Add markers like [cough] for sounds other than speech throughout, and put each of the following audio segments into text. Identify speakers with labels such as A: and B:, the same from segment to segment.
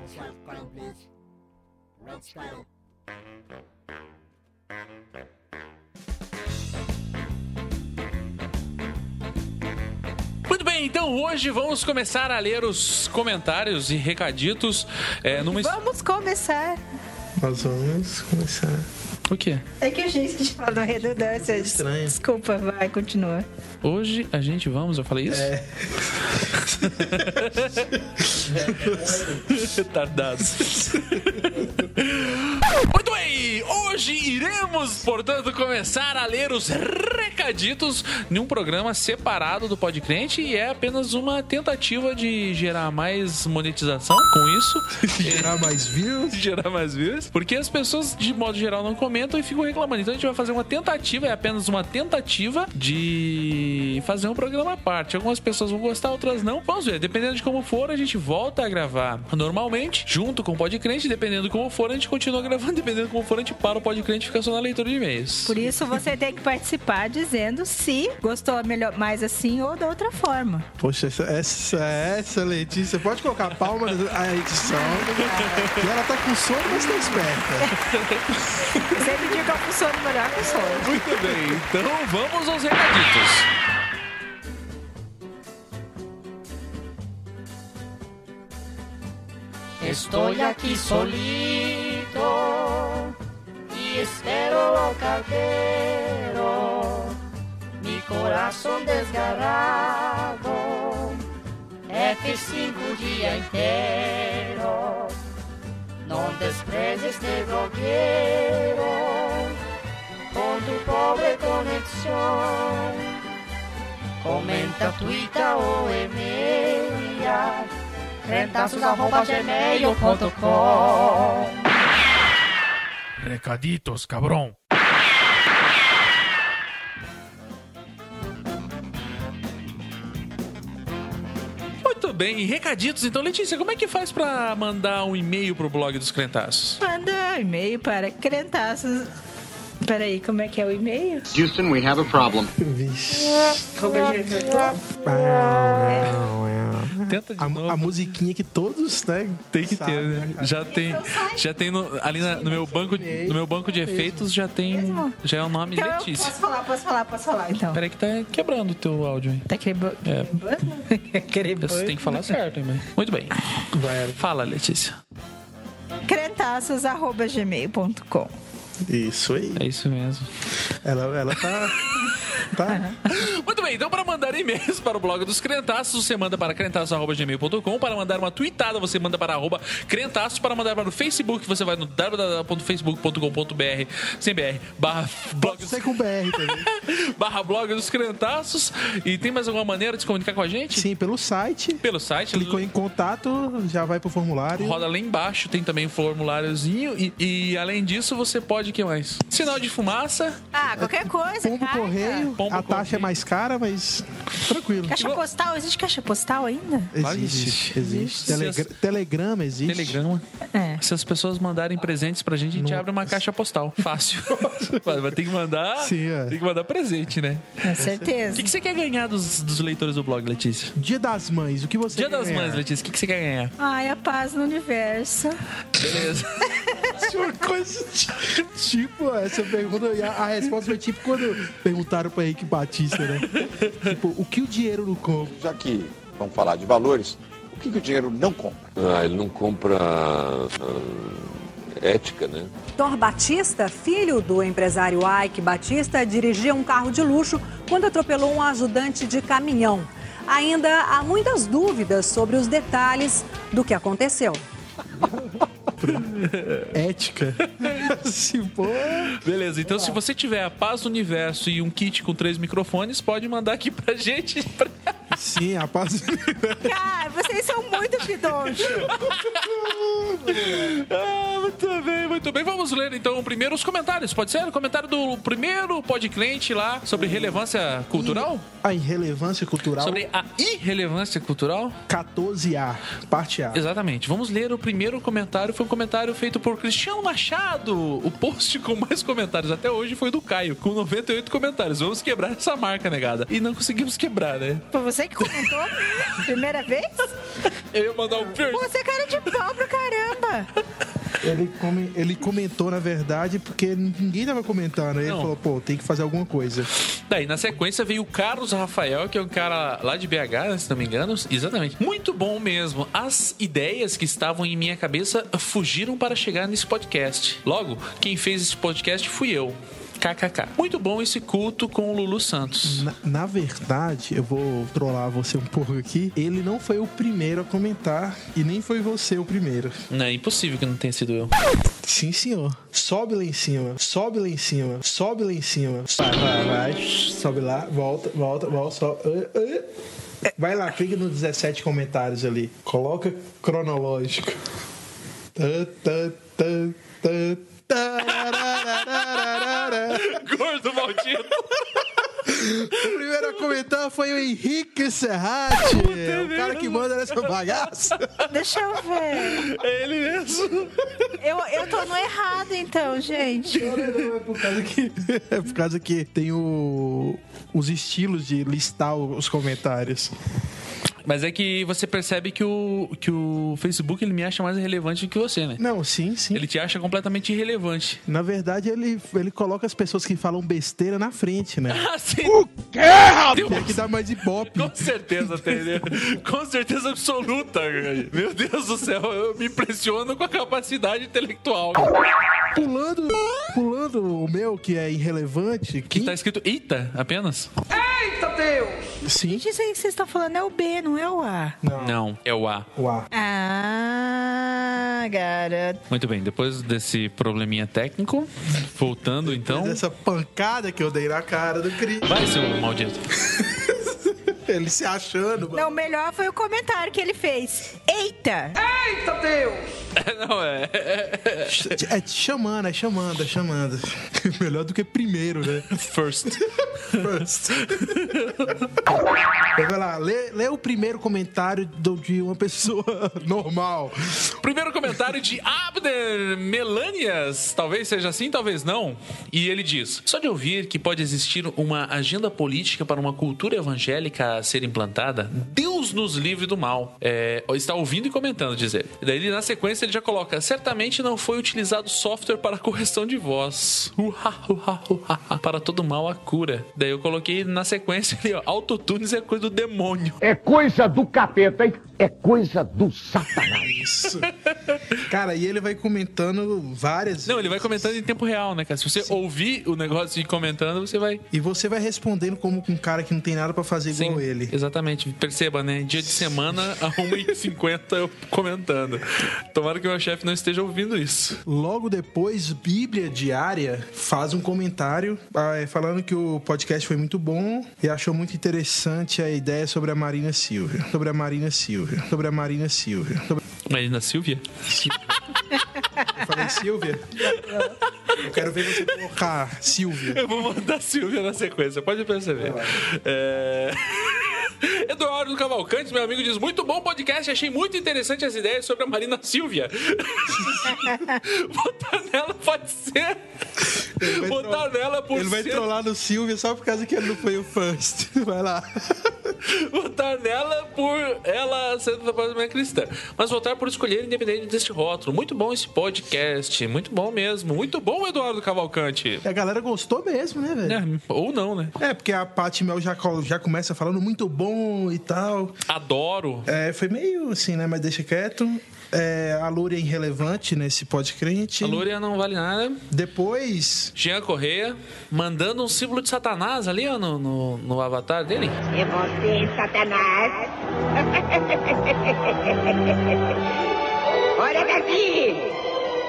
A: Red squirrel, ground, please. Red squirrel.
B: Muito bem, então hoje vamos começar a ler os comentários e recaditos é, numa. es-
C: Vamos começar.
D: Nós vamos começar.
B: O quê?
C: É que a gente fala uma redundância. des-
D: É Estranho.
C: Desculpa, vai, continua.
B: Hoje a gente vamos, eu falei isso? É. [laughs] Retardados. Muito bem, hoje iremos, portanto, começar a ler os recaditos em um programa separado do Podcrente e é apenas uma tentativa de gerar mais monetização com isso.
D: [laughs] Gerar mais
B: [laughs]
D: views?
B: gerar mais views, porque as pessoas de modo geral não comentam e ficam reclamando. Então a gente vai fazer uma tentativa, é apenas uma tentativa de fazer um programa à parte. Algumas pessoas vão gostar, outras não. Vamos ver, dependendo de como for, a gente volta a gravar normalmente, junto com o Podcrente, dependendo de como for, a gente continua gravando, [laughs] dependendo de como for, a gente para o Podcrente e fica só na leitura de e-mails.
C: Por isso você tem que participar dizendo se gostou melhor mais assim ou da outra forma.
D: Poxa, essa, essa, essa Letícia, pode colocar a palma na edição. E ela tá com sono, mas tá esperta.
C: Você me diga qual funciona melhor que o sono.
B: Muito bem, então vamos aos recaditos.
A: Estoy aquí solito y espero al cartero. Mi corazón desgarrado, F5 día entero. No desprecies te lo quiero con tu pobre conexión. Comenta, tuita o email rentaços.gmail.com
B: Recaditos, cabrão. Muito bem, e recaditos. Então, Letícia, como é que faz pra mandar um e-mail pro blog dos crentaços?
C: Manda um e-mail para crentaços. Peraí, como é que é o e-mail?
E: Houston, we have a problem.
D: Vixe.
B: Tenta de
D: A, mu-
B: novo.
D: a musiquinha que todos, né?
B: Tem que
D: sabem,
B: ter, né?
D: cara?
B: Já tem, já tem no- ali na- no meu banco, no meu banco de efeitos já tem, já é o nome
C: Então, eu
B: Letícia.
C: posso falar, posso falar, posso falar então.
B: Peraí que tá quebrando o teu áudio, hein?
C: Tá querendo.
B: É.
C: [laughs] Querendo.
B: Você tem que falar certo, hein, mãe? Muito bem.
D: Vai, era.
B: Fala, Letícia.
C: Crentaços.gmail.com
D: Isso aí.
B: É isso mesmo. [laughs]
D: Ela, ela tá. tá.
B: Muito bem, então para mandar e-mails para o blog dos Crentaços, você manda para crentaços.gmail.com. Para mandar uma tweetada, você manda para arroba crentaços. Para mandar para o Facebook, você vai no www.facebook.com.br sem BR, barra blog,
D: Você com BR também.
B: [laughs] barra blog dos Crentaços. E tem mais alguma maneira de se comunicar com a gente?
D: Sim, pelo site.
B: Pelo site,
D: Clicou em contato, já vai pro formulário.
B: roda lá embaixo, tem também um formuláriozinho. E, e além disso, você pode, o que mais? Sinal de fumaça.
C: Ah, qualquer coisa.
D: Pombo
C: carta.
D: correio.
B: Pombo
D: a taxa
B: correio.
D: é mais cara, mas tranquilo.
C: Caixa postal, existe caixa postal ainda?
B: Claro que existe.
D: Existe, existe. Telegra-
B: Se
D: Telegrama existe.
B: Telegrama.
C: É.
B: Se as pessoas mandarem presentes pra gente, a gente abre uma caixa postal.
D: [laughs]
B: Fácil. Vai vai ter que mandar.
D: Sim, é.
B: Tem que mandar presente, né?
C: Com
B: O
C: certeza.
B: que, que você quer ganhar dos, dos leitores do blog, Letícia?
D: Dia das Mães, o que você
B: Dia
D: quer
B: das
D: ganhar?
B: Mães, Letícia, o que, que você quer ganhar?
C: Ai, a paz no universo.
B: Beleza.
D: [laughs] [laughs] Uma coisa ti- tipo essa pergunta. E a, a resposta foi tipo quando perguntaram pra Henrique Batista, né? Tipo, o que o dinheiro não compra?
F: já que vamos falar de valores, o que, que o dinheiro não compra?
G: Ah, ele não compra ah, ética, né?
H: Thor Batista, filho do empresário Ike Batista, dirigia um carro de luxo quando atropelou um ajudante de caminhão. Ainda há muitas dúvidas sobre os detalhes do que aconteceu.
D: Ética. [laughs] Assim, Se for.
B: Beleza, então se você tiver a paz do universo e um kit com três microfones, pode mandar aqui pra gente.
D: Sim, a paz.
C: Cara, vocês são muito bidonchos.
B: Ah, muito bem, muito bem. Vamos ler então primeiro os comentários, pode ser? O comentário do primeiro podclente lá sobre relevância cultural?
D: A irrelevância cultural
B: Sobre a irrelevância cultural?
D: 14A, parte A.
B: Exatamente. Vamos ler o primeiro comentário. Foi um comentário feito por Cristiano Machado. O post com mais comentários até hoje foi do Caio, com 98 comentários. Vamos quebrar essa marca, negada. E não conseguimos quebrar, né?
C: Você Você que comentou primeira vez?
B: Eu ia mandar um
C: Pô, você é cara de pau pro caramba.
D: Ele, come- ele comentou, na verdade, porque ninguém tava comentando. Aí ele
B: Não.
D: falou, pô, tem que fazer alguma coisa.
B: Daí, na sequência, veio o Carlos Rafael, que é um cara lá de BH, né, se não me engano. Exatamente. Muito bom mesmo. As ideias que estavam em minha cabeça fugiram para chegar nesse podcast. Logo, quem fez esse podcast fui eu. KKK. Muito bom esse culto com o Lulu Santos.
D: Na, na verdade, eu vou trollar você um pouco aqui. Ele não foi o primeiro a comentar e nem foi você o primeiro.
B: Não, é impossível que não tenha sido eu.
D: Sim, senhor. Sobe lá em cima, sobe lá em cima, sobe lá em cima. Vai, vai, vai. Sobe lá, volta, volta, volta, sobe. Ah, ah. Vai lá, clica nos 17 comentários ali. Coloca cronológico. Tã, tã, tã, tã, tarararararara.
B: [laughs] Gordo maldito.
D: O primeiro a comentar foi o Henrique Serrati, o cara que manda nessa bagaça.
C: Deixa eu ver.
B: É [laughs] ele mesmo.
C: Eu, eu tô no errado, então, gente.
D: É por causa que, é por causa que tem o- os estilos de listar o- os comentários.
B: Mas é que você percebe que o, que o Facebook ele me acha mais relevante do que você, né?
D: Não, sim, sim.
B: Ele te acha completamente irrelevante.
D: Na verdade, ele, ele coloca as pessoas que falam besteira na frente, né?
B: Ah, sim. O quê, um
D: Tem que dar mais ibope.
B: Com certeza, entendeu? com certeza absoluta. cara. Meu Deus do céu, eu me impressiono com a capacidade intelectual.
D: Pulando, pulando o meu, que é irrelevante.
B: Que tá escrito Ita apenas?
D: Sim.
C: Gente, isso aí que vocês estão falando é o B, não é o A.
B: Não, é o A.
D: Uá.
C: Ah, garoto.
B: Muito bem, depois desse probleminha técnico, voltando então.
D: Essa pancada que eu dei na cara do Cris. [laughs]
B: Vai, seu maldito. [laughs]
D: Ele se achando, mano.
C: Não, o melhor foi o comentário que ele fez. Eita!
D: Ah!
B: Não, é.
D: É te chamando, é chamando, é chamando. [laughs] Melhor do que primeiro, né?
B: First.
D: First. Vai lá, lê, lê o primeiro comentário do- de uma pessoa [laughs] normal.
B: Primeiro comentário de Abner Melanias. Talvez seja assim, talvez não. E ele diz: Só de ouvir que pode existir uma agenda política para uma cultura evangélica a ser implantada, Deus nos livre do mal. É, está ouvindo e comentando, diz ele. Daí, ele, na sequência, ele já coloca: Certamente não foi utilizado software para correção de voz. [laughs] Uha, uha, uha, uha. Para todo mal, a cura. Daí eu coloquei na sequência ali: ó, Autotunes é coisa do demônio.
E: É coisa do capeta, hein? É coisa do satanás.
D: Isso. Cara, e ele vai comentando várias.
B: Não, ele vai comentando em tempo real, né, cara? Se você ouvir o negócio e ir comentando, você vai.
D: E você vai respondendo como um cara que não tem nada pra fazer igual ele.
B: Exatamente. Perceba, né? Dia de semana, [laughs] a 1h50 eu comentando. Tomara que meu chefe não esteja ouvindo isso.
D: Logo depois, Bíblia Diária faz um comentário ah, é, falando que o podcast foi muito bom e achou muito interessante a ideia sobre a Marina Silvia. Sobre a Marina Silvia. Sobre a Marina Silvia. Sobre...
B: Marina Silvia?
D: Eu falei Silvia? Eu quero ver você colocar Silvia.
B: Eu vou mandar Silvia na sequência, pode perceber. É... [laughs] Eduardo Cavalcante, meu amigo, diz: Muito bom podcast, achei muito interessante as ideias sobre a Marina Silvia. [laughs] Botar nela pode ser.
D: vai
B: Botar
D: trollar-
B: nela por
D: Ele vai
B: ser
D: trollar no Silvia só por causa que ele não foi o first. [laughs] Vai lá.
B: [laughs] votar nela por ela sendo da próxima cristã. Mas votar por escolher independente deste rótulo. Muito bom esse podcast. Muito bom mesmo. Muito bom, Eduardo Cavalcante.
D: A galera gostou mesmo, né, velho?
B: É, ou não, né?
D: É, porque a Paty Mel já, col- já começa falando muito bom e tal.
B: Adoro.
D: É, foi meio assim, né? Mas deixa quieto. É, a Lúria é irrelevante nesse podcast.
B: A Lúria não vale nada.
D: Depois.
B: Jean Correia mandando um símbolo de Satanás ali ó, no, no, no avatar dele.
A: É você, Satanás. Olha daqui!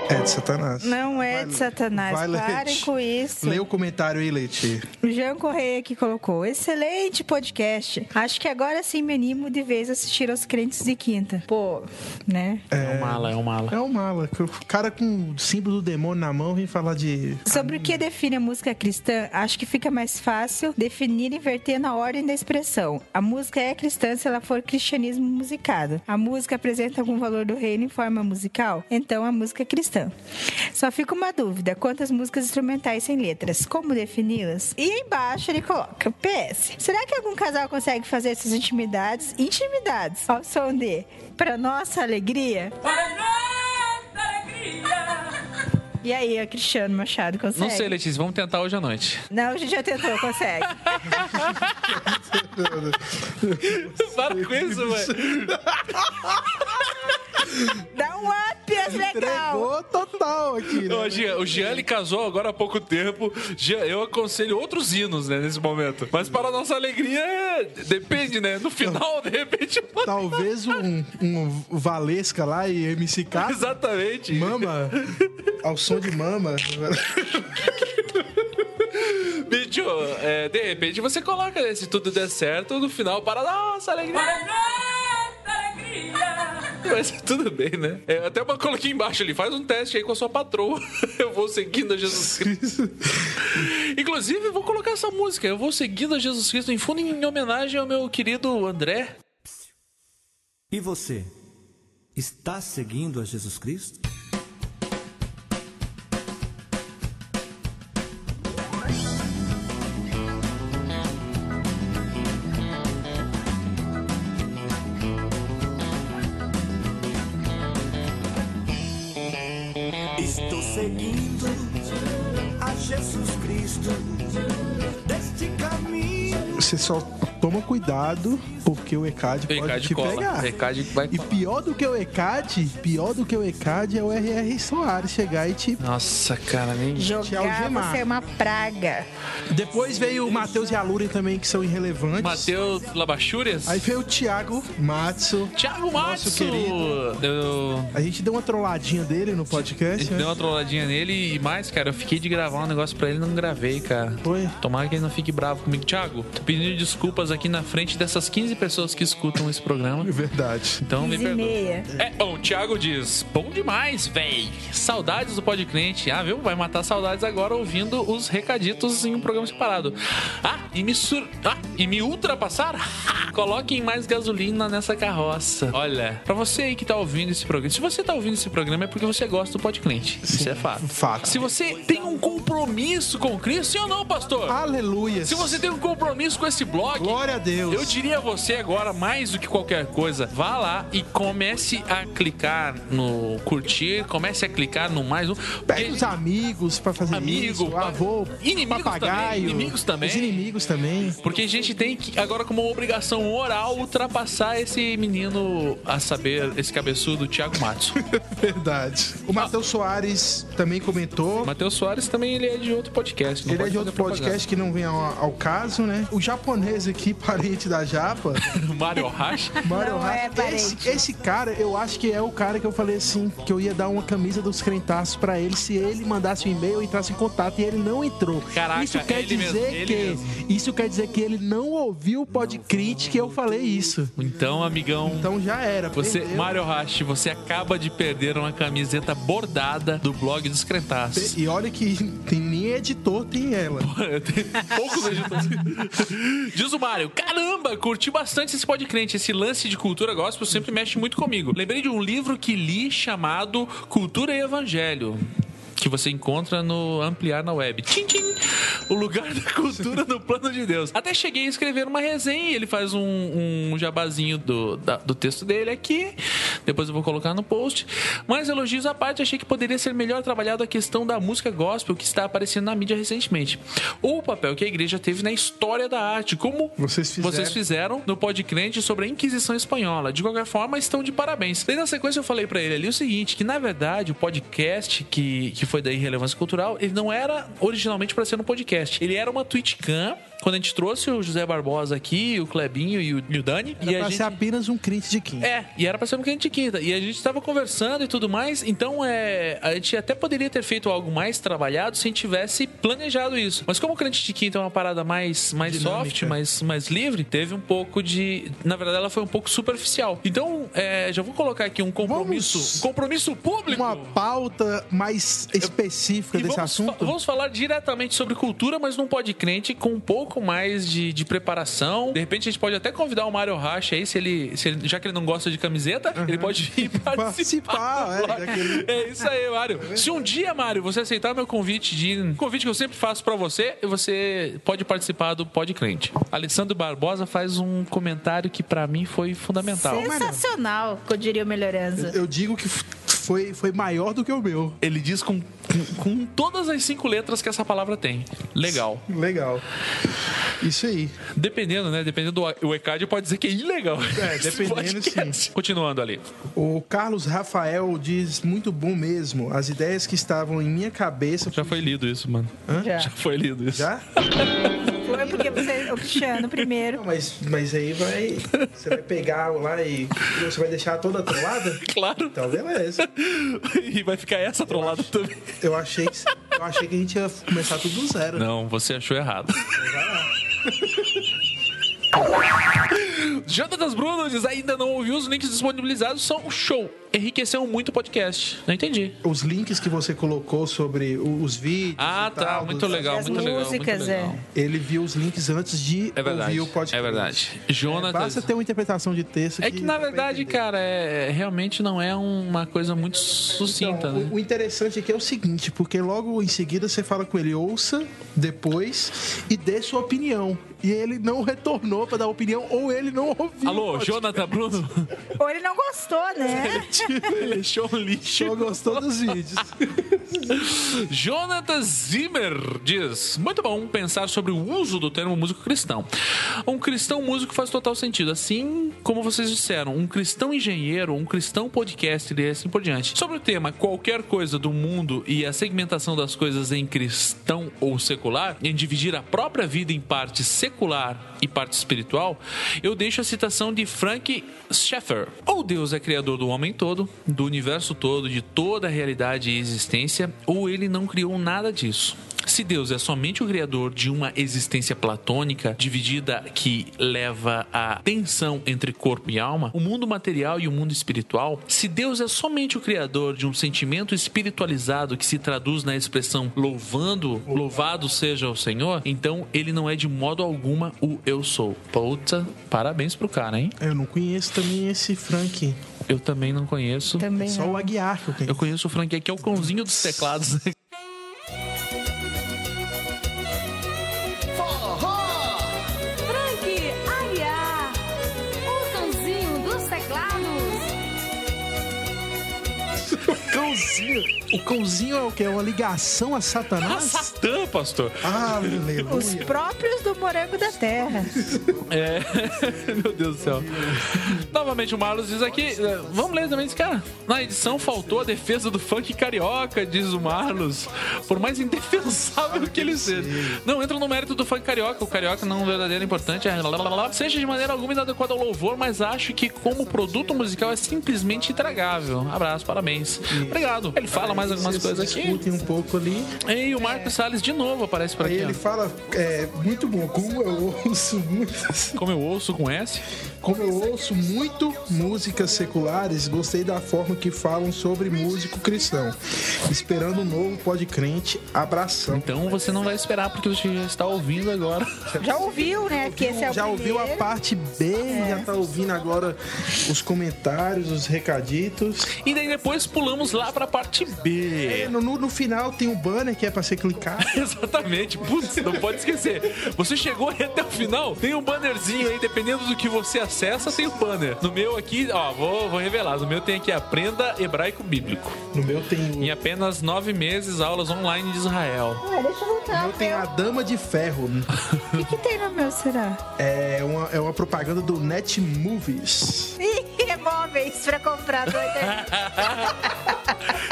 D: É de Satanás.
C: Não é de Satanás.
D: vai,
C: Parem
D: Leite.
C: com isso.
D: Lê o comentário aí, Leite.
C: O Jean Correia que colocou: excelente podcast. Acho que agora sim me animo de vez a assistir aos crentes de quinta. Pô, né?
B: É, um mala, é um mala.
D: É o mala. que O cara com o símbolo do demônio na mão vem falar de.
C: Sobre o que define a música cristã, acho que fica mais fácil definir invertendo a ordem da expressão. A música é cristã se ela for cristianismo musicado. A música apresenta algum valor do reino em forma musical? Então a música é cristã. cristã. Só fica uma dúvida: quantas músicas instrumentais sem letras? Como defini-las? E embaixo ele coloca: PS. Será que algum casal consegue fazer essas intimidades? Intimidades ao som de Pra Nossa Alegria? E aí, a Cristiano Machado consegue?
B: Não sei, Letícia, vamos tentar hoje à noite.
C: Não, a gente já tentou, consegue.
B: Para com isso, velho.
C: Dá um up, as legal.
D: Entregou total aqui, né?
B: Ô, Jean, O Jean, ele casou agora há pouco tempo. Jean, eu aconselho outros hinos, né, nesse momento. Mas para a nossa alegria, depende, né? No final, de repente... pode-
D: Talvez um, um Valesca lá e
B: [laughs]
D: MCK.
B: Exatamente.
D: Mama. Ao som de mama.
B: Bicho, é, de repente você coloca, né? Se tudo der certo, no final para nossa alegria. Mas tudo bem, né? É, até eu coloquei embaixo ali, faz um teste aí com a sua patroa. [laughs] Eu vou seguindo a Jesus
D: [laughs]
B: Cristo. Inclusive, eu vou colocar essa música. Eu vou seguindo a Jesus Cristo em fundo em homenagem ao meu querido André.
I: E você? Está seguindo a Jesus Cristo? Estou seguindo a Jesus Cristo. Deste caminho
D: Você só toma cuidado, porque o ECAD
B: O
D: pode
B: ECAD
D: te
B: cola.
D: pegar.
B: O ECAD vai
D: E
B: colar.
D: pior do que o ECAD, pior do que o ECAD é o RR Soares chegar e te.
B: Nossa, cara, nem.
C: Jogar
D: algemar.
C: você é uma praga.
D: Depois veio o Matheus e a Lúria também, que são irrelevantes.
B: Matheus Labachúrias?
D: Aí veio o Thiago Matso.
B: Thiago Matos!
D: querido.
B: Eu
D: A gente deu uma trolladinha dele no podcast.
B: Deu
D: Né?
B: uma trolladinha nele e mais, cara, eu fiquei de gravar um negócio pra ele e não gravei, cara.
D: Foi.
B: Tomara que ele não fique bravo comigo. Thiago, tô pedindo desculpas aqui na frente dessas 15 pessoas que escutam esse programa.
D: Verdade.
B: Então me
C: 15 e
B: perdoa.
C: meia.
B: É, ó, o Thiago diz, bom demais, véi. Saudades do Pod Crente. Ah, viu? Vai matar saudades agora ouvindo os recaditos em um programa separado. Ah, e me sur... Ah, e me ultrapassar? Ha! Coloquem mais gasolina nessa carroça. Olha, pra você aí que tá ouvindo esse programa, se você tá ouvindo esse programa é porque você gosta do Pod Crente. Isso é fato.
D: fato.
B: Se você tem um compromisso com Cristo, sim ou não, pastor?
D: Ah, Aleluia.
B: Se você tem um compromisso com esse blog,
D: Glória a Deus.
B: eu diria a você agora, mais do que qualquer coisa, vá lá e comece a clicar no curtir, comece a clicar no mais um.
D: Pega
B: Porque-
D: os amigos pra fazer
B: Amigo,
D: isso.
B: pa-
D: Avô,
B: inimigos
D: papagaio.
B: também, inimigos também.
D: Os inimigos também.
B: Porque a gente tem que, agora, como obrigação oral, ultrapassar esse menino, a saber, esse cabeçudo, Thiago
D: [laughs]
B: Matos.
D: Verdade. O Matheus Soares também comentou.
B: Matheus Soares também ele é de outro podcast. não
D: Ele é
B: pode
D: de outro
B: fazer
D: podcast que não vem ao, ao caso, né? O japonês aqui, [laughs] parente da japa,
B: propaganda. [laughs] Mário Racha.
D: Mario
C: Não é
D: Haas, esse,
C: parente.
D: esse cara, eu acho que é o cara que eu falei assim, que eu ia dar uma camisa dos crentaços pra ele se ele mandasse um e-mail, entrasse em contato, e ele não entrou.
B: Caraca,
D: isso quer
B: ele mesmo,
D: dizer
B: ele
D: que
B: mesmo.
D: Isso quer dizer que ele não ouviu o podcast que eu falei isso.
B: Então, amigão.
D: Então já era.
B: Você,
D: perdeu.
B: Mário Rashi, você acaba de perder uma camiseta bordada do blog dos Crentaços.
D: E olha que tem, nem editor tem ela.
B: [laughs] Tem pouco no editor. assim. Diz o Mário, caramba, curti bastante esse podcast. Esse lance de cultura gospel sempre mexe muito comigo. Lembrei de um livro que li chamado Cultura e Evangelho. Que você encontra no Ampliar na Web. Tchim, tchim. O lugar da cultura no plano de Deus. Até cheguei a escrever uma resenha e ele faz um, um jabazinho do, da- do texto dele aqui. Depois eu vou colocar no post. Mas elogios à parte, achei que poderia ser melhor trabalhado a questão da música gospel que está aparecendo na mídia recentemente. Ou o papel que a igreja teve na história da arte, como
D: Vocês fizeram.
B: fizeram no podcast sobre a Inquisição Espanhola. De qualquer forma, estão de parabéns. Daí na sequência eu falei pra ele ali o seguinte, que na verdade o podcast que, que foi da Irrelevância Cultural, ele não era originalmente pra ser um podcast. Ele era uma Twitchcam, quando a gente trouxe o José Barbosa aqui, o Clebinho e o, e o Dani.
D: Era
B: e a
D: pra
B: gente...
D: ser apenas um crente de quem?
B: É, e era pra ser um cliente de quinta. E a gente tava conversando e tudo mais, então é, a gente até poderia ter feito algo mais trabalhado se a gente tivesse planejado isso. Mas como o cliente de quinta é uma parada mais, mais
D: Dinâmica.
B: soft, mais, mais livre, teve um pouco de. Na verdade, ela foi um pouco superficial. Então, é, já vou colocar aqui um compromisso.
D: Vamos-
B: um compromisso público.
D: Uma pauta mais específica
B: E
D: desse
B: vamos, fa-
D: assunto?
B: vamos falar diretamente sobre cultura, mas num pode crente com um pouco pouco mais de, de preparação. De repente a gente pode até convidar o Mário Racha aí, se ele, se ele- já que ele não gosta de camiseta, ele pode
D: [laughs]
B: vir participar.
D: Participar, é,
B: do blog.
D: daquele- Tá
B: É isso aí, Mário. Se um dia, Mário, você aceitar meu convite de um convite que eu sempre faço pra você, você pode participar do Pod Crente. Alessandro Barbosa faz um comentário que pra mim foi fundamental.
C: Sensacional, que eu diria o Melhoranza.
D: Eu digo que f- foi, foi maior do que o meu.
B: Ele diz com, com, com todas as cinco letras que essa palavra tem. Legal.
D: Legal. Isso aí.
B: Dependendo, né? Dependendo do o ECAD, pode dizer que é ilegal.
D: É,
B: [laughs] Esse
D: dependendo,
B: podcast. Continuando ali.
D: O Carlos Rafael diz muito bom mesmo. As ideias que estavam em minha cabeça.
B: Já foi lido isso, mano.
C: Já.
B: Já foi lido isso.
D: Já?
C: Foi porque você, o Cristiano primeiro.
D: Não, Ah, mas, mas aí vai. Você vai pegar lá e. Você vai deixar toda trollada?
B: Claro.
D: Então, beleza.
B: [laughs] e vai ficar essa trollada também.
D: Eu achei, que, eu achei que a gente ia começar tudo do zero.
B: Não, você achou errado. [laughs] Jonatas Bruno diz, ainda não ouviu os links disponibilizados, são um show. Enriqueceu muito o podcast. Não entendi.
D: Os links que você colocou sobre o- os vídeos.
B: Ah,
D: e tal,
B: tá.
D: dos-
B: Muito legal,
C: As
B: muito legal. muito
C: músicas,
B: legal.
C: é.
D: Ele viu os links antes de
B: É verdade.
D: ouvir o podcast. É,
B: É verdade.
D: Basta
B: Jonatas.
D: ter uma interpretação de texto.
B: É que na verdade, cara, é, realmente não é uma coisa muito sucinta,
D: Então,
B: né?
D: o- o interessante aqui é o seguinte, porque logo em seguida você fala com ele, ouça depois e dê sua opinião. E ele não retornou pra dar opinião, ou ele não ouviu.
B: Alô,
D: Pode-
B: Jonathan Bruno?
C: Ou ele não gostou, né?
B: [laughs] Ele achou um lixo.
D: Só gostou dos
B: [laughs]
D: vídeos.
B: Jonathan Zimmer diz: Muito bom pensar sobre o uso do termo músico cristão. Um cristão músico faz total sentido, assim como vocês disseram, um cristão engenheiro, um cristão podcaster e assim por diante. Sobre o tema qualquer coisa do mundo e a segmentação das coisas em cristão ou secular, em dividir a própria vida em parte secular e parte espiritual, eu deixo a citação de Frank Schaeffer. Ou Deus é criador do homem todo, do universo todo, de toda a realidade e existência, ou ele não criou nada disso. Se Deus é somente o criador de uma existência platônica, dividida que leva à tensão entre corpo e alma, o mundo material e o mundo espiritual, se Deus é somente o criador de um sentimento espiritualizado que se traduz na expressão louvando, louvado seja o Senhor, então ele não é de modo alguma o eu sou. Puta, parabéns pro cara, hein?
D: Eu não conheço também esse Frank. É
B: Eu também não conheço.
C: Também.
D: Só o Aguiar que eu
B: Eu
D: conheço.
B: conheço o Frank, que é o cãozinho dos teclados.
J: Frank Aguiar, o cãozinho dos teclados.
D: Cãozinho. O cãozinho é o que? É uma ligação a Satanás?
B: Satã, pastor.
C: Os
D: Aleluia.
C: próprios do Morango da Terra.
B: É. [laughs] Meu Deus do céu. Novamente o Marlos diz aqui. eh, Vamos ler também esse cara. Na edição faltou a defesa do funk carioca, diz o Marlos. Por mais indefensável que ele seja. Não entra no mérito do funk carioca. O carioca não é um verdadeiro importante. é lá, lá, lá, lá. Seja de maneira alguma inadequada ao louvor, mas acho que como produto musical é simplesmente intragável. Abraço, parabéns. Obrigado. Ele fala mais algumas
D: Vocês
B: coisas aqui.
D: Escutem um pouco ali.
B: E o Marcos Salles de novo aparece por
D: Aí
B: Tá aqui.
D: ele
B: ó.
D: fala, é, muito bom, como eu ouço muito.
B: Como eu ouço com S.
D: Como eu ouço muito músicas seculares, gostei da forma que falam sobre músico cristão. Esperando um novo pod crente, abração.
B: Então você não vai esperar porque você já está ouvindo agora.
C: Já ouviu, né? Porque esse é o
D: já ouviu a
C: primeiro. É.
D: parte B, já tá ouvindo agora os comentários, os recaditos.
B: E daí depois pulamos lá pra parte B. [laughs]
D: No, no- no final tem um banner que é pra ser clicado.
B: Exatamente, putz, não pode esquecer. Você chegou aí até o final, tem um bannerzinho aí, dependendo do que você acessa, tem um banner. No meu aqui, ó, vou, vou revelar. No meu tem aqui Aprenda Hebraico Bíblico.
D: No meu tem um. o.
B: Em apenas nove meses, aulas online de Israel.
C: Ah, deixa eu voltar.
D: Eu tenho a Dama de Ferro.
C: O que, que tem no meu, será?
D: É uma, é uma propaganda do Net Movies.
C: Ih, é móveis pra comprar dois. né?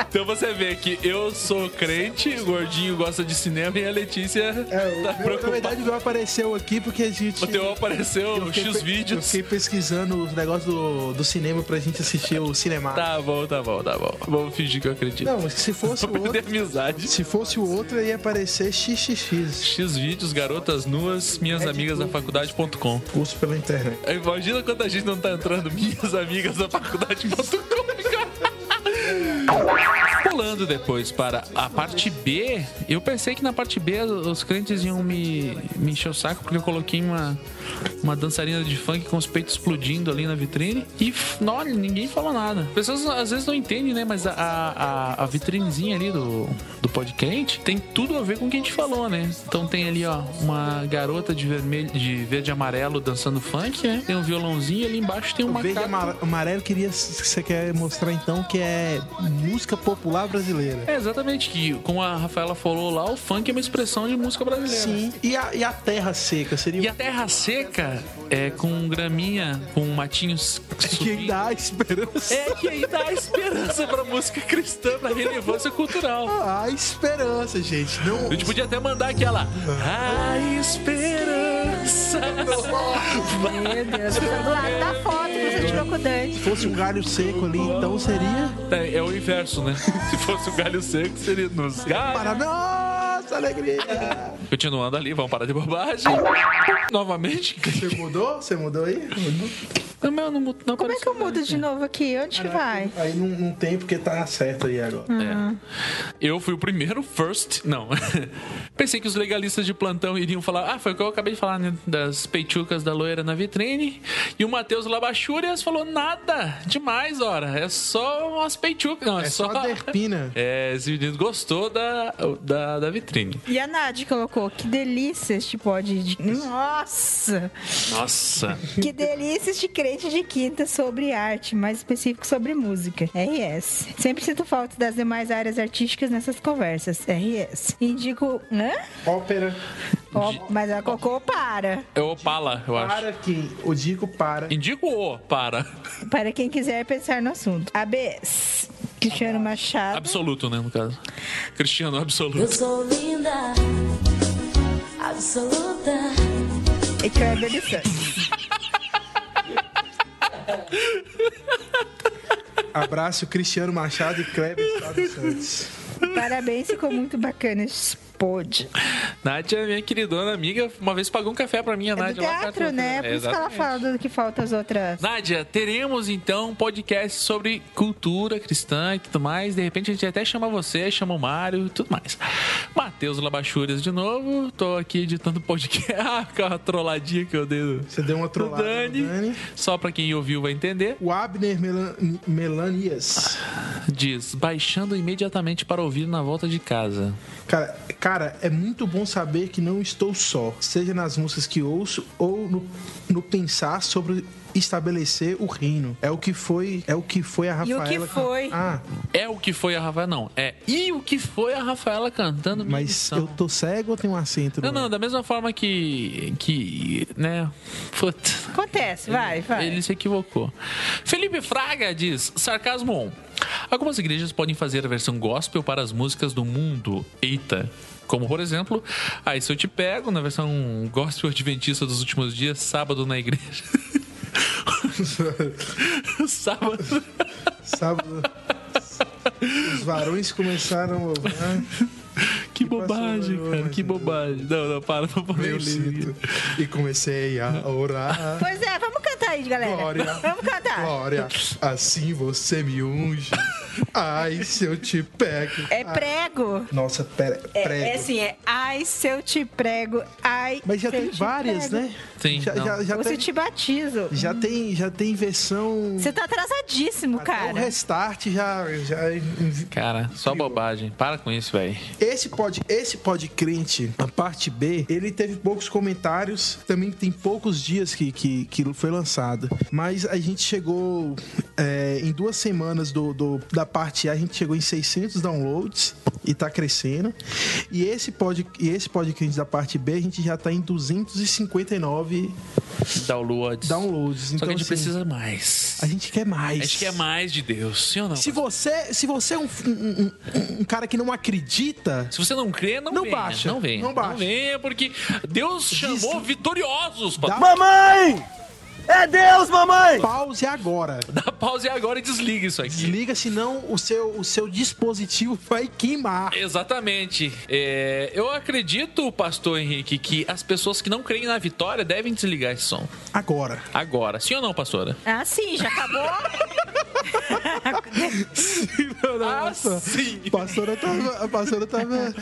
B: Então você vê que eu sou crente, o gordinho gosta de cinema e a Letícia
D: É, o
B: tá
D: meu, na
B: preocupada.
D: verdade, o meu apareceu aqui porque a gente.
B: O teu apareceu no
D: Eu fiquei
B: X
D: pe- Eu
B: vídeos.
D: fiquei pesquisando os negócios do, do cinema pra gente assistir o cinema.
B: Tá bom, tá bom, tá bom. Vamos fingir que eu acredito.
D: Não, mas se fosse
B: Só
D: o
B: perder
D: outro.
B: amizade.
D: Se fosse o outro, ia aparecer XXX.
B: X vídeos, garotas nuas,
D: É
B: minhas amigas da faculdade.com.
D: Curso pela internet.
B: Imagina quanta gente não tá entrando, minhas amigas da faculdade.com, cara. pulando depois para a parte B, eu pensei que na parte B os crentes iam me, me encher o saco, porque eu coloquei uma, uma dançarina de funk com os peitos explodindo ali na vitrine. E, não, olha, ninguém falou nada. Pessoas às vezes não entendem, né? Mas a, a, a vitrinezinha ali do, do podcast tem tudo a ver com o que a gente falou, né? Então tem ali, ó, uma garota de vermelho, de verde e amarelo dançando funk, né? Tem um violãozinho e ali embaixo tem um
D: O verde
B: macaco.
D: amar- amarelo queria você quer mostrar então que é música popular brasileira.
B: É exatamente que, como a Rafaela falou lá, o funk é uma expressão de música brasileira.
D: Sim. E a, e a terra seca seria
B: É. E a terra seca é com graminha, com matinhos
D: É que
B: subindo.
D: dá esperança.
B: É que aí dá esperança pra música cristã, pra relevância cultural.
D: Ah, A esperança, gente. Não
B: A gente podia até mandar aquela. A esperança.
C: Meu Deus, do lado da foto que você tirou com o Dante.
D: se fosse um galho seco ali, então seria
B: É, é o inverso, né? [laughs] Se fosse um galho seco, seria nos galhos.
D: para nossa alegria.
B: Continuando ali, vamos parar de bobagem. Novamente.
D: Você mudou? Você mudou aí? Mudou?
B: Não, meu, não, mudo- não
C: Como é que eu mudo de novo aqui? Onde que vai?
D: Aí não, não tem porque tá certo aí agora.
B: É. Eu fui o primeiro, first. Não. [laughs] Pensei que os legalistas de plantão iriam falar. Ah, foi o que eu acabei de falar, né? Das peitucas da loira na vitrine. E o Matheus Labachúrias falou: nada demais, ora. É só umas peitucas. Não, é,
D: É só a derpina.
B: [laughs] É, esse menino gostou da, da, da vitrine.
C: E a Nath colocou, que delícia este pod de...
B: [laughs]
C: Nossa!
B: Nossa.
C: Que delícia este crente de quinta sobre arte, mais específico sobre música. RS. Sempre sinto falta das demais áreas artísticas nessas conversas. RS. Indico... Hã?
D: Ópera.
C: Ó, mas ela colocou para.
B: É o Opala, eu acho.
D: Para que o Dico para.
B: Indico o para.
C: Para quem quiser pensar no assunto. ABS. Cristiano Machado.
B: Absoluto, né, no caso. Cristiano, absoluto.
J: Eu sou linda, absoluta.
C: E Kleber de Santos.
D: Abraço Cristiano Machado e Kleber Estado Santos.
C: Parabéns, ficou muito bacana esse pod.
B: Nádia é minha queridona amiga. Uma vez pagou um café pra mim, a
C: É do
B: Nádia. lá perto
C: teatro,
B: da-
C: né? Por
B: É,
C: isso que ela
B: exatamente.
C: fala do que falta as outras.
B: Nádia, teremos então um podcast sobre cultura cristã e tudo mais. De repente a gente até chama você, chama o Mário e tudo mais. Matheus Labachúrias de novo. Tô aqui editando podcast. [laughs] Ah, aquela trolladinha que eu dei no,
D: Você deu uma
B: no
D: trollada. no
B: Dani.
D: Dani.
B: Só pra quem ouviu vai entender.
D: O Abner Melan- Melanias.
B: Diz, baixando imediatamente para ouvir na volta de casa.
D: Cara, cara, é muito bom saber que não estou só, seja nas músicas que ouço ou no, no pensar sobre estabelecer o reino. É o que foi, é o que foi a
C: E o
D: Rafaela.
C: que foi?
D: Ah,
B: É o que foi a Rafaela. Não, é. E o que foi a Rafaela cantando minha
D: mas
B: missão?
D: eu tô cego ou tem um acento? no
B: Não, não, da mesma forma que. que. né. Puta.
C: Acontece, vai,
D: É.
C: vai.
B: Ele se equivocou. Felipe Fraga diz: Sarcasmo 1. Algumas igrejas podem fazer a versão gospel para as músicas do mundo. Eita. Como, por exemplo, Aí Se Eu Te Pego, na versão gospel adventista dos últimos dias, sábado na igreja. [laughs] sábado.
D: Sábado. Os varões começaram
B: [laughs]
D: a ouvir
B: Que bobagem,
D: passou, né,
B: cara, que
D: entendeu?
B: bobagem. Não, não, para, não vou
D: meu
B: ler.
D: cinto e comecei a orar.
C: Pois é, vamos cantar aí, galera.
D: Glória.
C: Vamos cantar.
D: Glória, assim você me unge. Ai, se eu te pego.
C: É prego.
D: Nossa, pera,
C: É,
D: prego.
C: é assim, é ai se eu te prego, ai.
D: Mas já
C: se eu
D: tem
C: te
D: várias,
C: prego.
D: né?
B: Sim,
D: Já,
B: não.
D: já, já
C: Ou se
D: tem,
C: eu te batizo.
D: já tem já tem versão.
C: Você tá atrasadíssimo,
D: até O
C: cara.
D: restart já já
B: Cara, só bobagem. Para com isso, velho.
D: esse pode esse pode crente a parte B ele teve poucos comentários também tem poucos dias que que, que foi lançado mas a gente chegou é, em duas semanas do, do da parte A a gente chegou em 600 downloads e tá crescendo e esse pode e esse pode crente da parte B a gente já tá em 259
B: Downloads.
D: downloads
B: Só
D: então
B: que a gente
D: assim,
B: precisa mais.
D: a gente quer mais
B: A gente quer mais de Deus, sim ou não?
D: Se você, se você é um, um- um- um cara que não acredita,
B: Se você não crê, não,
D: Não
B: venha.
D: baixa,
B: Não venha.
D: não baixa.
B: venha, porque Deus chamou vitoriosos. Pra...
D: Dá- um
K: Mamãe! É Deus, mamãe!
D: pause agora.
B: Dá pause agora e desliga isso aqui.
D: Desliga, senão o seu, o seu dispositivo vai queimar.
B: Exatamente. É, eu acredito, pastor Henrique, que as pessoas que não creem na vitória devem desligar esse som.
D: Agora.
B: Agora. Sim ou não, pastora?
C: Ah, sim, já acabou.
D: [laughs] Nossa, [laughs] a pastora tava. A pastora tava.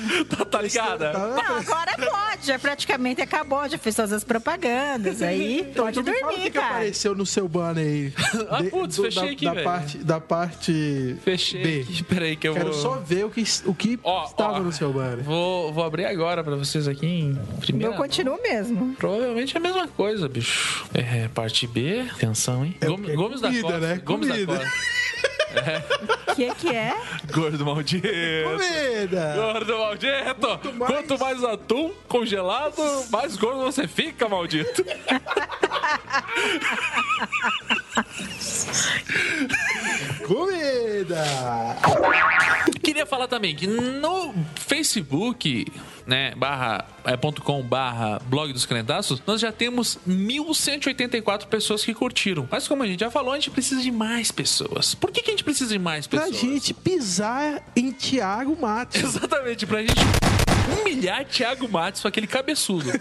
B: Ah, Tá, ligada?
C: Não, agora pode, já praticamente acabou, já fez todas as propagandas. Aí pode
D: tu Então, me fala o que
C: dormir,
D: que
C: cara.
D: apareceu no seu banner aí.
B: Ah,
D: De-
B: putz,
D: do-
B: fechei
D: da,
B: aqui,
D: da
B: velho.
D: parte, da parte.
B: Fechei
D: B.
B: aqui, peraí que eu
D: Quero
B: vou-
D: só ver o que, o que estava no seu banner.
B: Vou, vou abrir agora pra vocês aqui em primeira.
C: Eu continuo
D: [laughs]
C: mesmo.
B: Provavelmente é a mesma coisa, bicho. É, parte B, atenção, hein? Gomes, Gomes
D: É comida,
B: da Costa.
D: né?
B: Gomes
D: Comida.
B: da Costa.
C: O que, que é?
B: Gordo maldito.
D: Comida!
B: Gordo maldito! Quanto mais atum congelado, mais gordo você fica, maldito.
D: Comida!
B: Queria falar também que no Facebook, né, barra, é, ponto com barra blog dos crentaços, nós já temos 1.184 pessoas que curtiram. Mas como a gente já falou, a gente precisa de mais pessoas. Por que, que a gente precisa de mais
D: Pra
B: pessoas?
D: gente pisar em Tiago
B: [laughs]
D: Matos.
B: Exatamente, pra gente humilhar Thiago Matos, aquele
D: [laughs]
B: cabeçudo.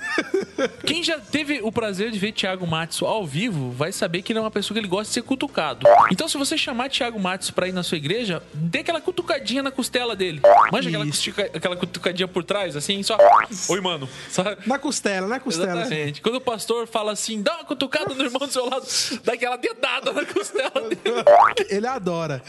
B: Quem já teve o prazer de ver Thiago Matos ao vivo vai saber que ele é uma pessoa que ele gosta de ser cutucado. Então, se você chamar Thiago Matos pra ir na sua igreja, dê aquela cutucadinha na costela dele. Manja aquela, cutuca- aquela cutucadinha por trás, assim, só. Oi, mano. Sabe?
D: Na costela, na costela. assim.
B: Exatamente. Quando o pastor fala assim, dá uma cutucada no irmão do seu lado, dá aquela dedada na costela
D: [laughs]
B: dele.
D: Ele adora.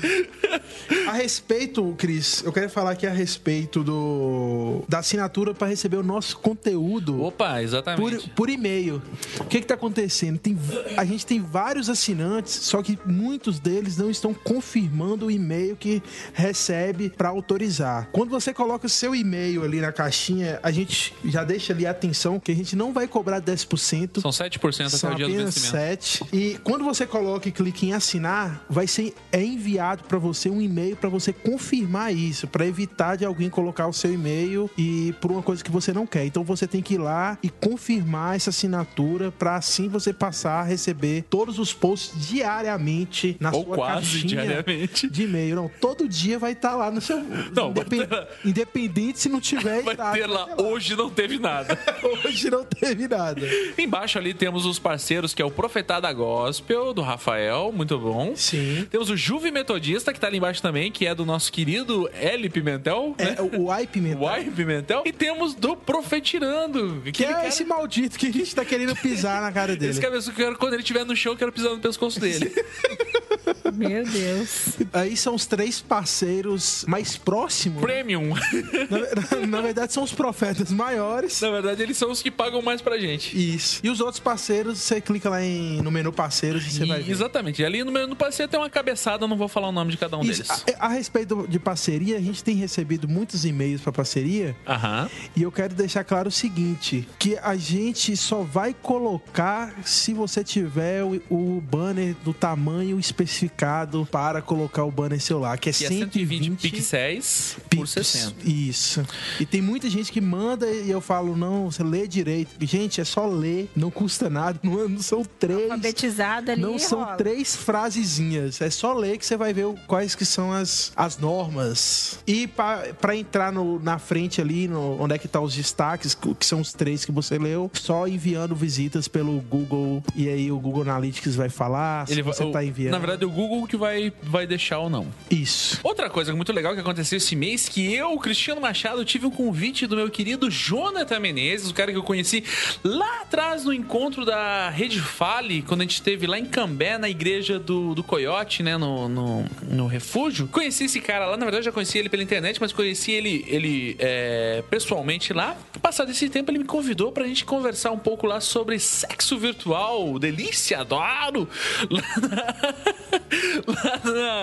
D: A respeito, Cris, eu quero falar aqui a respeito do da assinatura para receber o nosso conteúdo
B: Opa, exatamente.
D: por, por e-mail. O que está acontecendo? Tem, a gente tem vários assinantes, só que muitos deles não estão confirmando o e-mail que recebe para autorizar. Quando você coloca o seu e-mail ali na caixinha, a gente já deixa ali a atenção que a gente não vai cobrar 10%.
B: São 7% até
D: São
B: o dia do
D: apenas
B: vencimento.
D: sete. E quando você coloca e clica em assinar, vai ser é enviado para você um e-mail para você confirmar isso, para evitar de alguém colocar o seu e-mail e por uma coisa que você não quer. Então você tem que ir lá e confirmar essa assinatura para assim você passar a receber todos os posts diariamente na
B: Ou
D: sua
B: quase
D: caixinha
B: diariamente.
D: de e-mail. Não, todo dia vai estar lá no seu
B: Não, vai
D: independ- independente se não tiver,
B: Vai
D: tá.
B: ter lá, hoje não teve nada.
D: [laughs] hoje não teve nada.
B: Embaixo ali temos os parceiros, que é o Profetada Gospel, do Rafael, muito bom.
D: Sim.
B: Temos o Juve Metodista, que tá ali embaixo também, que é do nosso querido L. Pimentel, né?
D: É, o Ai Pimentel.
B: Y. Pimentel. E temos do Profetirando, que
D: Que é
B: cara,
D: esse maldito que a gente tá querendo pisar na cara dele.
B: [laughs] esse cabeça que eu quero- quando ele estiver no show, eu quero pisar no pescoço
D: [laughs]
B: dele.
C: Meu Deus.
D: Aí são os três parceiros mais próximos. [laughs]
B: Premium.
D: Na, na- na verdade, são os profetas maiores.
B: Na verdade, eles são os que pagam mais pra gente.
D: Isso. E os outros parceiros, você clica lá em- no menu parceiros e você vai
B: E-
D: ver.
B: exatamente. E ali no meu no passeio tem uma cabeçada, eu não vou falar o nome de cada um
D: Isso.
B: deles.
D: A, a respeito de parceria, a gente tem recebido muitos e-mails para parceria
B: Aham.
D: e eu quero deixar claro o seguinte, que a gente só vai colocar se você tiver o, o banner do tamanho especificado para colocar o banner celular, que é,
B: Que é
D: 120,
B: 120 pixels por
D: Pips.
B: 60.
D: Isso. E tem muita gente que manda e eu falo, não, você lê direito. Gente, é só ler, não custa nada, não, é, não são três.
C: Alfabetizado ali
D: Não são
C: rola.
D: três frasezinhas, é só ler que você vai ver o- quais que são as, as normas. E pa- pra entrar no- na frente ali, no- onde é que tá os destaques, que que são os três que você leu, só enviando visitas pelo Google e aí o Google Analytics vai falar se
B: Ele vai-
D: você
B: o-
D: tá enviando.
B: Na verdade, é o Google que vai, vai deixar ou não.
D: Isso.
B: Outra coisa muito legal que aconteceu esse mês que eu, Cristiano Machado, tive um convite do meu querido Jonathan Menezes, o cara que eu conheci lá atrás no encontro da Rede Fale, quando a gente esteve lá em Cambé, na igreja do, do Coyote, né, no, no, no refúgio. Conheci esse cara lá, na verdade já conheci ele pela internet, mas conheci ele, ele é, pessoalmente lá. Passado esse tempo, ele me convidou pra gente conversar um pouco lá sobre sexo virtual, delícia, adoro! [laughs] lá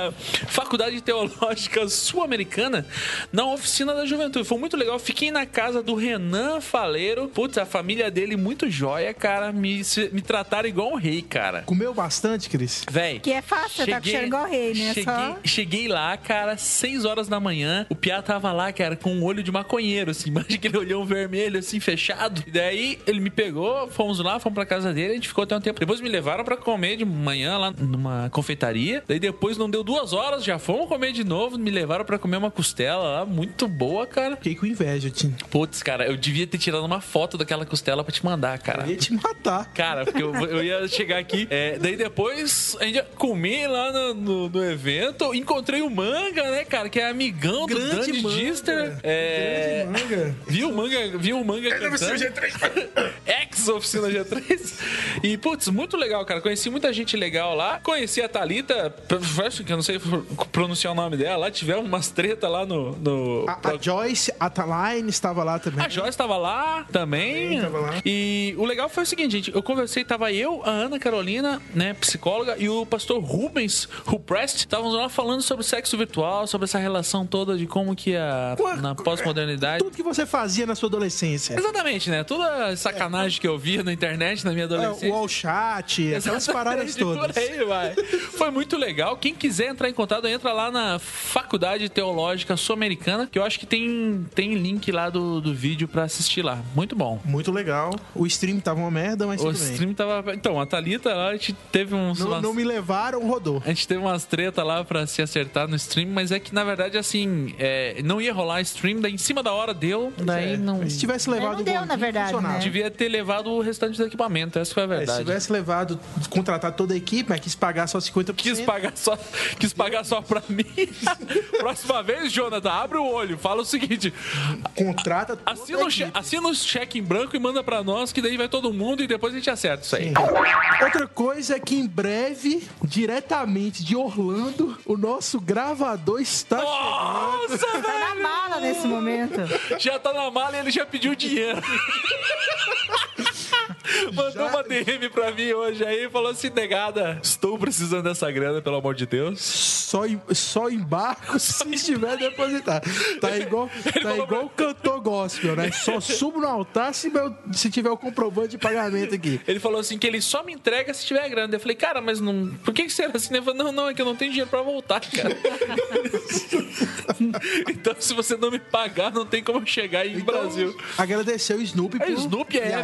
B: na Faculdade Teológica Sul-Americana, na oficina da juventude. Foi muito legal. Fiquei na casa do Renan Faleiro. Putz, a família dele muito joia, cara. Me, se- me trataram igual um rei, cara.
D: Comeu bastante, Cris?
B: Véi.
C: Que é fácil, tá com cheiro igual rei, né?
B: Cheguei,
C: Só-
B: cheguei lá, cara, 6 horas da manhã. O Piá tava lá, cara, com um olho de maconheiro, assim. [laughs] Imagina aquele olhão vermelho, assim, fechado. E daí ele me pegou, fomos lá, fomos pra casa dele, a gente ficou até um tempo. Depois me levaram pra comer de manhã lá numa confeitaria. Daí depois não deu duas horas, já fomos comer de novo. Me levaram pra comer uma costela lá, muito boa, cara.
D: Fiquei com inveja, Tim.
B: Putz, cara, eu devia ter tirado uma foto daquela costela pra te mandar, cara.
D: Eu ia te matar.
B: Cara, porque eu, eu ia chegar aqui. É, daí depois a gente ia comer lá no, no- no evento. Encontrei o Manga, né, cara? Que é amigão do
D: Grande
B: Dandy
D: Manga.
B: Gister. É,
D: Grande Manga.
B: Viu o Manga, viu o Manga cantando. [laughs] Ex-oficina G3. E, putz, muito legal, cara. Conheci muita gente legal lá. Conheci a Thalita, acho que eu não sei pronunciar o nome dela. Lá tivemos umas treta lá no. no-
D: A, a Joyce, a Taline estava lá também.
B: a Joyce estava lá também.
D: Também tava lá.
B: E o legal foi o seguinte, gente. Eu conversei, tava eu, a Ana Carolina, né, psicóloga, e o pastor Rubens Ruprest. Estavam lá falando sobre sexo virtual, sobre essa relação toda de como que a.
D: Ué, é,
B: na pós-modernidade.
D: Tudo é. que você fazia na sua adolescência.
B: Exatamente, né? Toda sacanagem que eu via na internet na minha
D: É,
B: adolescência.
D: o all chat, aquelas
B: Exatamente,
D: paradas todas.
B: Por aí vai. Foi muito legal. Quem quiser entrar em contato, entra lá na Faculdade Teológica Sul-Americana, que eu acho que tem, tem link lá do, do vídeo pra assistir lá. Muito bom.
D: Muito legal. O stream tava uma merda, mas
B: [laughs] O
D: tudo bem.
B: stream tava. Então, a Thalita lá, a gente teve uns.
D: Não,
B: umas-
D: não me levaram, rodou.
B: A gente teve umas treta lá pra se acertar no stream, mas é que na verdade, assim, é, não ia rolar stream, daí em cima da hora deu, daí
D: É,
B: não.
D: mas Se tivesse
C: Mas
D: levado
C: não
D: o
C: deu,
D: gordinho,
C: na verdade,
D: funcionava.
C: né?
B: Devia ter levado o restante do equipamento, essa foi a
D: É, se
B: verdade.
D: tivesse levado, contratado toda a equipe, mas quis pagar só 50%.
B: Quis pagar só, quis pagar só pra mim. [laughs] Próxima vez, Jonathan, abre o olho. Fala o seguinte:
D: Contrata toda
B: assina um o,
D: a
B: che-
D: equipe.
B: assina o cheque em branco e manda pra nós, que daí vai todo mundo e depois a gente acerta isso aí.
D: Outra coisa é que em breve, diretamente de Orlando, o nosso gravador está
B: Nossa,
C: Tá na mala nesse
D: [laughs]
C: momento.
B: velho! Já tá na mala e ele já pediu dinheiro. Mandou uma DM pra mim hoje aí e falou assim: negada, estou precisando dessa grana, pelo amor de Deus.
D: só em, só embarco [laughs] se estiver depositado. Tá igual, tá
B: falou
D: igual o cantor gospel, né? Só subo no altar se, meu- se tiver o comprovante de pagamento aqui.
B: Ele falou assim que ele só me entrega se tiver grana. Eu falei, cara, mas não. Por que que será assim? Ele falou, não, não, é que eu não tenho dinheiro pra voltar, cara. [laughs] então, se você não me pagar, não tem como eu chegar aí no Brasil.
D: Agradecer o Snoopy.
B: A
D: por-
B: Snoop Uhum. e a É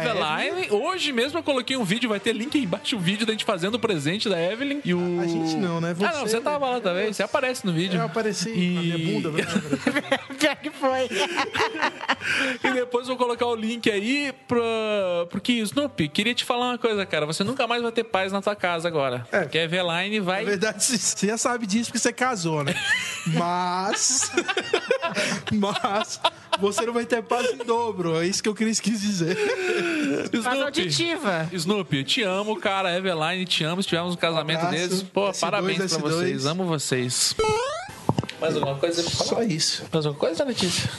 B: Eveline. Hoje mesmo eu coloquei um vídeo, vai ter link aí embaixo o vídeo da gente fazendo o presente da Evelyn. E o...
D: A gente não, né?
B: Ah, não,
D: Você- É,
B: você tava lá também. Você aparece no vídeo.
D: Eu apareci na
B: E-
D: minha bunda. né? é
C: Pior que foi.
B: [laughs] E depois eu vou colocar o link aí pra... Porque, Snoop, queria te falar uma coisa, cara. Você nunca mais vai ter paz na tua casa agora.
D: É.
B: Porque a Eveline
D: Na
B: vai...
D: verdade, você- você já sabe disso porque você casou, né? Mas. [laughs] Mas. Você não vai ter paz em dobro. É isso que eu quis, quis dizer.
C: Mas auditiva.
B: Snoopy, eu te amo, cara. Eveline, te amo. Estivemos no casamento
D: Abraço.
B: deles. Pô,
D: S2,
B: parabéns pra
D: S2.
B: vocês. Amo vocês. Mais alguma coisa?
D: Só isso.
B: Mais alguma coisa, Letícia?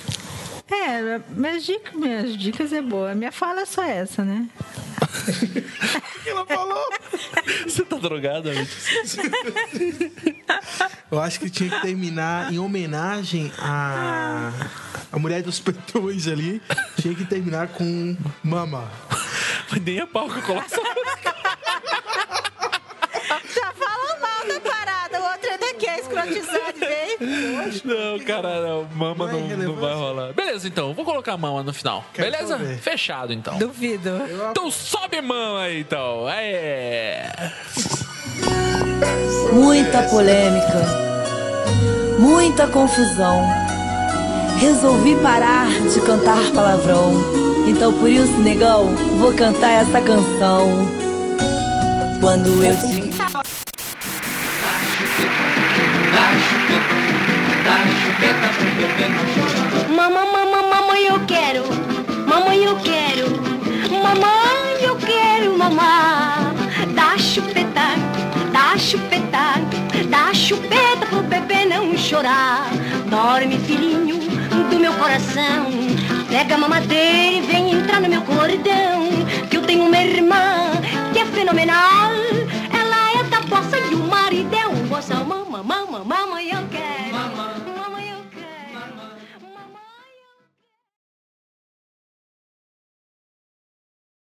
C: É, minhas dicas, minhas dicas é boa. Minha fala é só essa, né?
D: Ela falou.
B: [laughs] Você tá drogada, Letícia?
D: Eu acho que tinha que terminar em homenagem à a mulher dos petões ali. Tinha que terminar com mama.
B: Mas nem a pau que eu coloco essa
C: Já fala mal da parada. O outro ainda quer escrotizar [laughs] de vez.
B: Não, cara, não. Mama
D: Não é
B: não, não
D: relevância.
B: vai rolar. Beleza, então. Vou colocar a mama no final.
D: Quero
B: Beleza?
D: só ver.
B: Fechado, então.
C: Duvido.
B: Então sobe mama aí, então. É.
L: Muita polêmica, muita confusão. Resolvi parar de cantar palavrão. Então por isso, negão, vou cantar essa canção. Quando eu te.
J: Mamãe, mamãe, mamãe, eu quero. Mamãe, eu quero. Mamãe, eu quero mamar. Dá chupeta, dá chupeta, dá chupeta pro bebê não chorar. Dorme, filhinho do meu coração. Pega a mamadeira e vem entrar no meu cordão. Que eu tenho uma irmã que é fenomenal.